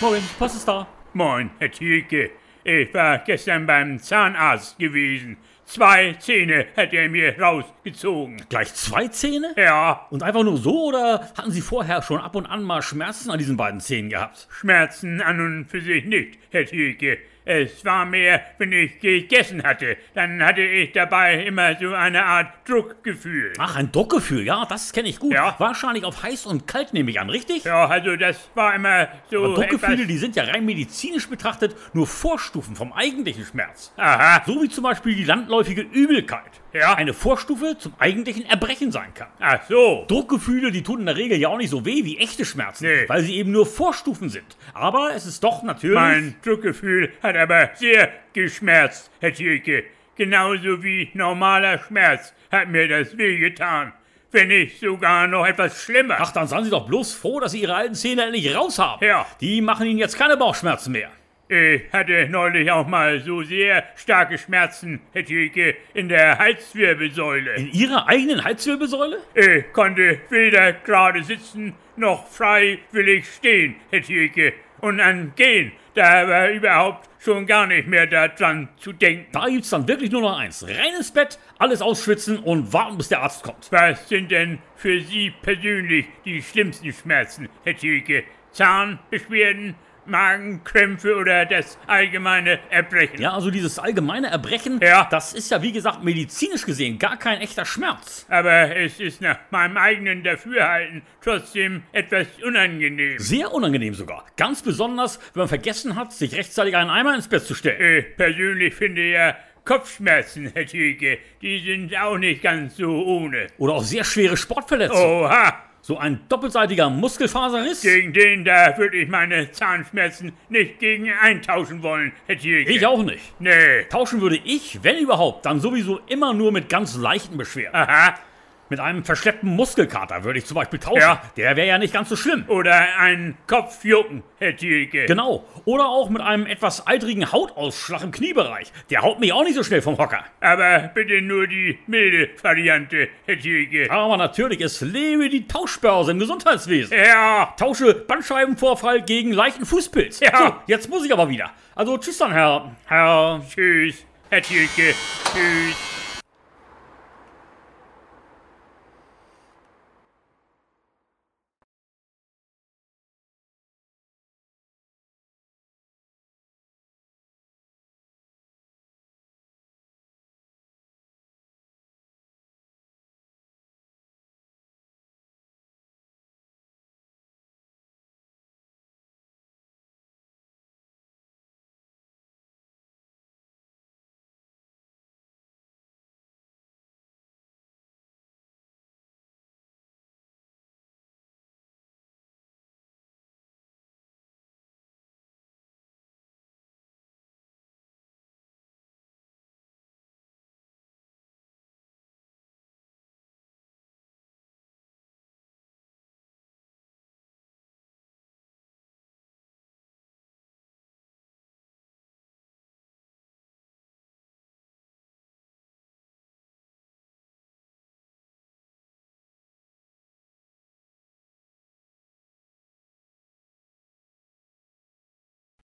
Moin, Post ist da. Moin, Herr Thielke. Ich war gestern beim Zahnarzt gewesen. Zwei Zähne hat er mir rausgezogen. Gleich zwei Zähne? Ja, Und einfach nur so oder hatten Sie vorher schon ab und an mal Schmerzen an diesen beiden Zähnen gehabt? Schmerzen an und für sich nicht, Herr Thielke. Es war mehr, wenn ich gegessen hatte. Dann hatte ich dabei immer so eine Art Druckgefühl. Ach, ein Druckgefühl, ja, das kenne ich gut. Ja. Wahrscheinlich auf heiß und kalt nehme ich an, richtig? Ja, Äh, also das war immer so Druckgefühle, etwas... die sind ja rein medizinisch betrachtet nur Vorstufen vom eigentlichen Schmerz. Aha, So wie zum Beispiel die landläufige Übelkeit. Ja. Eine Vorstufe zum eigentlichen Erbrechen sein kann. ach so. Druckgefühle, die tun in der Regel ja auch nicht so weh wie echte Schmerzen, Nee. weil sie eben nur Vorstufen sind. Aber es ist doch natürlich. Mein Druckgefühl hat aber sehr geschmerzt, Herr Thielke. Genauso wie normaler Schmerz hat mir das wehgetan. Wenn nicht sogar noch etwas schlimmer. Ach, dann seien Sie doch bloß froh, dass Sie Ihre alten Zähne endlich raus haben. Ja. Die machen Ihnen jetzt keine Bauchschmerzen mehr. Ich hatte neulich auch mal so sehr starke Schmerzen, Herr Thielke, in der Halswirbelsäule. In Ihrer eigenen Halswirbelsäule? Ich konnte weder gerade sitzen noch freiwillig stehen, Herr Thielke. Und an Gehen, da war überhaupt schon gar nicht mehr daran zu denken. Da gibt's dann wirklich nur noch eins. Rein ins Bett, alles ausschwitzen und warten, bis der Arzt kommt. Was sind denn für Sie persönlich die schlimmsten Schmerzen, Herr Thielke? Zahnbeschwerden, Magenkrämpfe oder das allgemeine Erbrechen? Ja, also dieses allgemeine Erbrechen, Ja. das ist ja wie gesagt medizinisch gesehen gar kein echter Schmerz. Aber es ist nach meinem eigenen Dafürhalten trotzdem etwas unangenehm. Sehr unangenehm sogar. Ganz besonders, wenn man vergessen hat, sich rechtzeitig einen Eimer ins Bett zu stellen. Ich Äh, persönlich finde ja Kopfschmerzen, Herr Thielke, die sind auch nicht ganz so ohne. Oder auch sehr schwere Oh. Sportverletzungen. Oha, So ein doppelseitiger Muskelfaserriss. gegen den da würde ich meine Zahnschmerzen nicht gegen eintauschen wollen, Herr Thielke. Ich auch nicht. Nee. Tauschen würde ich, wenn überhaupt, dann sowieso immer nur mit ganz leichten Beschwerden. Äh, Aha. Mit einem verschleppten Muskelkater würde ich zum Beispiel tauschen. Ja. Der wäre ja nicht ganz so schlimm. Oder ein Kopfjucken, Herr Thielke. Genau. Oder auch mit einem etwas eitrigen Hautausschlag im Kniebereich. Der haut mich auch nicht so schnell vom Hocker. Aber bitte nur die milde Variante, Herr Thielke. Aber natürlich, es lebe die Tauschbörse im Gesundheitswesen. Ja, Tausche Bandscheibenvorfall gegen leichten Fußpilz. Ja. So, jetzt muss ich aber wieder. Also tschüss dann, Herr. Herr. tschüss, Herr Thielke. Tschüss.